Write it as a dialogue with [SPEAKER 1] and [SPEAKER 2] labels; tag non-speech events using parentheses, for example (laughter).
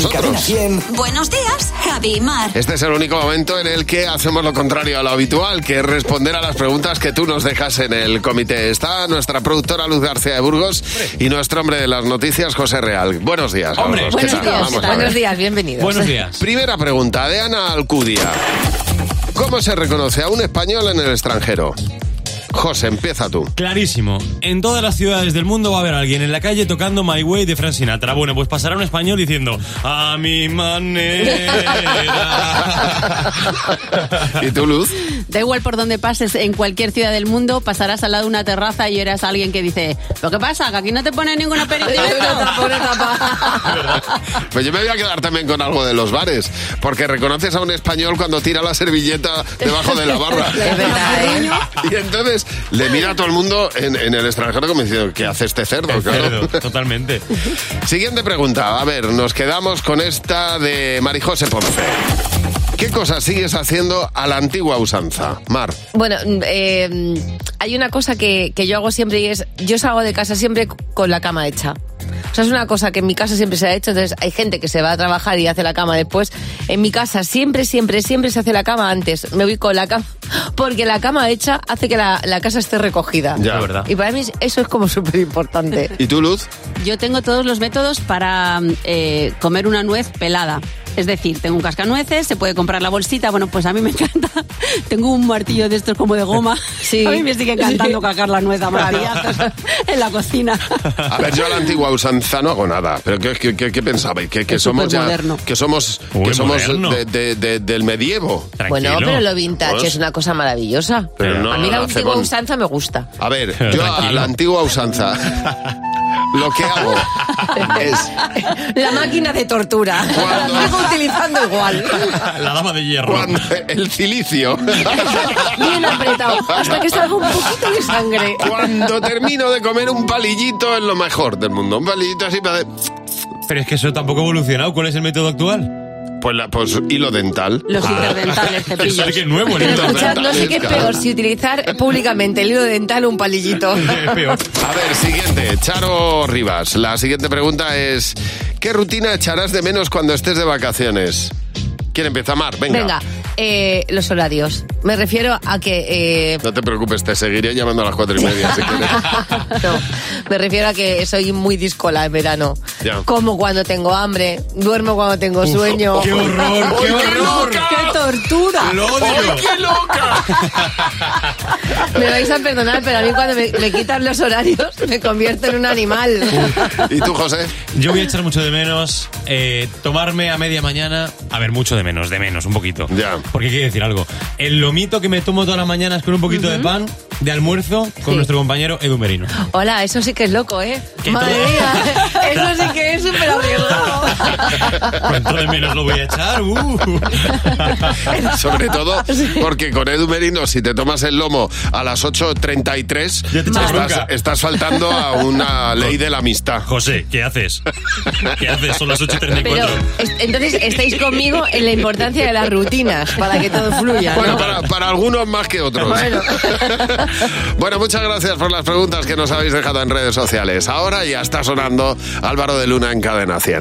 [SPEAKER 1] nosotros.
[SPEAKER 2] En Cadena 100.
[SPEAKER 3] Buenos días, Javi y Mar.
[SPEAKER 1] Este es el único momento en el que hacemos lo contrario a lo habitual, que es responder a las preguntas que tú nos dejas en el comité. Está nuestra productora Luz García de Burgos y nuestro hombre de las noticias, José Real. Buenos días.
[SPEAKER 4] Hombre.
[SPEAKER 1] Carlos. ¿Qué
[SPEAKER 5] Buenos
[SPEAKER 1] tal?
[SPEAKER 5] días,
[SPEAKER 1] Vamos a ver.
[SPEAKER 5] buenos días, bienvenidos.
[SPEAKER 4] Buenos días.
[SPEAKER 1] Primera pregunta de Ana Alcudia. ¿Cómo se reconoce a un español en el extranjero? José, empieza tú.
[SPEAKER 4] Clarísimo. En todas las ciudades del mundo va a haber alguien en la calle tocando My Way de Frank Sinatra. Bueno, pues pasará un español diciendo a mi
[SPEAKER 6] (laughs)
[SPEAKER 4] manera.
[SPEAKER 1] ¿Y tú, Luz?
[SPEAKER 5] (laughs) Da igual por donde pases, en cualquier ciudad del mundo pasarás al lado de una terraza y eras alguien que dice, ¿lo que pasa? Que aquí no te ponen ningún aperitivo.
[SPEAKER 1] (laughs) Pues yo me voy a quedar también con algo de los bares, porque reconoces a un español cuando tira la servilleta debajo de la barra.
[SPEAKER 5] (laughs) Es verdad, ¿eh?
[SPEAKER 1] Y entonces le mira a todo el mundo en, en el extranjero como diciendo, ¿qué hace este cerdo? Claro.
[SPEAKER 4] Cerdo, Totalmente.
[SPEAKER 1] Siguiente pregunta. A ver, nos quedamos con esta de Marijose Ponce. ¿Qué cosas sigues haciendo a la antigua usanza? Mar.
[SPEAKER 6] Bueno, mm, eh, mm, hay una cosa que, que yo hago siempre y es, yo salgo de casa siempre c- con la cama hecha. O sea, es una cosa que en mi casa siempre se ha hecho, entonces hay gente que se va a trabajar y hace la cama después. En mi casa siempre, siempre, siempre se hace la cama antes. Me voy con la cama, (laughs) porque la cama hecha hace que la, la casa esté recogida.
[SPEAKER 1] Ya.
[SPEAKER 4] La verdad.
[SPEAKER 6] Y para mí eso es como (laughs) súper importante.
[SPEAKER 1] ¿Y tú, Luz?
[SPEAKER 5] (laughs) Yo tengo todos los métodos para eh, comer una nuez pelada. Es decir, tengo un cascanueces, se puede comprar la bolsita, bueno, pues a mí me encanta. (laughs) Tengo un martillo de estos como
[SPEAKER 1] (laughs)
[SPEAKER 5] de goma. (laughs)
[SPEAKER 6] Sí.
[SPEAKER 5] A mí me sigue encantando cagar la nuez a martillazos (laughs) en la
[SPEAKER 1] (laughs)
[SPEAKER 5] cocina.
[SPEAKER 1] A ver, yo a la antigua usanza no hago nada. ¿Pero qué, qué, qué- qué pensabais? Que, que
[SPEAKER 5] Es
[SPEAKER 1] somos ya...
[SPEAKER 5] supermoderno.
[SPEAKER 1] Que somos,
[SPEAKER 4] Uy,
[SPEAKER 1] que somos
[SPEAKER 4] moderno.
[SPEAKER 1] de- de- de- del medievo.
[SPEAKER 4] Tranquilo.
[SPEAKER 6] Bueno, pero lo vintage
[SPEAKER 1] Pues-
[SPEAKER 6] es una cosa maravillosa.
[SPEAKER 1] Pero no,
[SPEAKER 6] a mí la
[SPEAKER 1] no,
[SPEAKER 6] antigua
[SPEAKER 1] Cebón.
[SPEAKER 6] usanza me gusta. (laughs)
[SPEAKER 1] A ver,
[SPEAKER 4] Pero
[SPEAKER 1] yo a
[SPEAKER 4] tranquilo.
[SPEAKER 1] la antigua usanza lo que
[SPEAKER 6] (laughs)
[SPEAKER 1] hago es
[SPEAKER 6] La máquina de tortura.
[SPEAKER 1] Cuando-
[SPEAKER 6] La (laughs) sigo utilizando igual.
[SPEAKER 4] La dama de hierro.
[SPEAKER 1] cuando el silicio.
[SPEAKER 6] Bien apretado. Hasta que salga un poquito de sangre.
[SPEAKER 1] Cuando termino de comer un palillito es lo mejor del mundo. Un palillito así para... de-
[SPEAKER 4] Pero es que eso tampoco ha evolucionado. ¿Cuál es el método actual?
[SPEAKER 1] Pues, la, pues hilo dental.
[SPEAKER 5] Los interdentales,
[SPEAKER 4] Eso
[SPEAKER 5] cepillos.
[SPEAKER 4] es que es nuevo, el
[SPEAKER 6] Pero
[SPEAKER 4] hilo
[SPEAKER 6] escuchad, no sé qué es peor, si utilizar públicamente el hilo dental o un palillito.
[SPEAKER 4] dental. Es peor.
[SPEAKER 1] A ver, siguiente. Charo Rivas. La siguiente pregunta es... ¿Qué rutina echarás de menos cuando estés de vacaciones? ¿Quién empieza? Mar, venga.
[SPEAKER 6] Venga, eh, los horarios. Me refiero
[SPEAKER 1] (laughs)
[SPEAKER 6] a que... eh, (laughs)
[SPEAKER 1] No te preocupes, te seguiré llamando a las cuatro y media si quieres.
[SPEAKER 6] no, me refiero a que soy muy discola en verano.
[SPEAKER 1] Ya.
[SPEAKER 6] Como cuando tengo hambre, duermo cuando tengo sueño.
[SPEAKER 4] ¡Qué horror! ¡Qué horror!
[SPEAKER 6] ¡Qué tortura!
[SPEAKER 4] ¡Lo odio!
[SPEAKER 6] (laughs) Me vais a perdonar, pero a mí cuando me, me quitan los horarios me convierto en un animal.
[SPEAKER 1] ¿Y tú, José?
[SPEAKER 4] Yo voy a echar mucho de menos eh, tomarme a media mañana. A ver, mucho de menos, de menos, un poquito.
[SPEAKER 1] Ya.
[SPEAKER 4] Porque quiero decir algo. El lomito que me tomo todas las mañanas con un poquito de pan de almuerzo con
[SPEAKER 6] Sí.
[SPEAKER 4] nuestro compañero Edu
[SPEAKER 6] (laughs)
[SPEAKER 4] Merino. (laughs)
[SPEAKER 6] Hola, eso sí que es loco, ¿eh?
[SPEAKER 4] ¿Qué
[SPEAKER 6] Madre
[SPEAKER 4] tal?
[SPEAKER 6] mía, eso sí que es súper arriesgado.
[SPEAKER 4] ¿Cuánto Pues de menos lo voy a echar?
[SPEAKER 6] (laughs)
[SPEAKER 4] Uh.
[SPEAKER 1] (laughs) Sobre todo porque con Edu Merino, si te tomas el lomo a las 8.33,
[SPEAKER 4] Ya te echas
[SPEAKER 1] estás,
[SPEAKER 4] bronca.
[SPEAKER 1] estás faltando a
[SPEAKER 4] (laughs)
[SPEAKER 1] una ley de la amistad.
[SPEAKER 4] José, ¿qué haces? ¿Qué haces? Son las 8.34.
[SPEAKER 6] Pero es- entonces estáis conmigo en la importancia de las rutinas para que todo fluya. ¿no?
[SPEAKER 1] Bueno, para, para algunos más que otros. (laughs) Bueno. muchas gracias por las preguntas que nos habéis dejado en redes sociales. Ahora ya está sonando Álvaro de Luna en Cadena 100.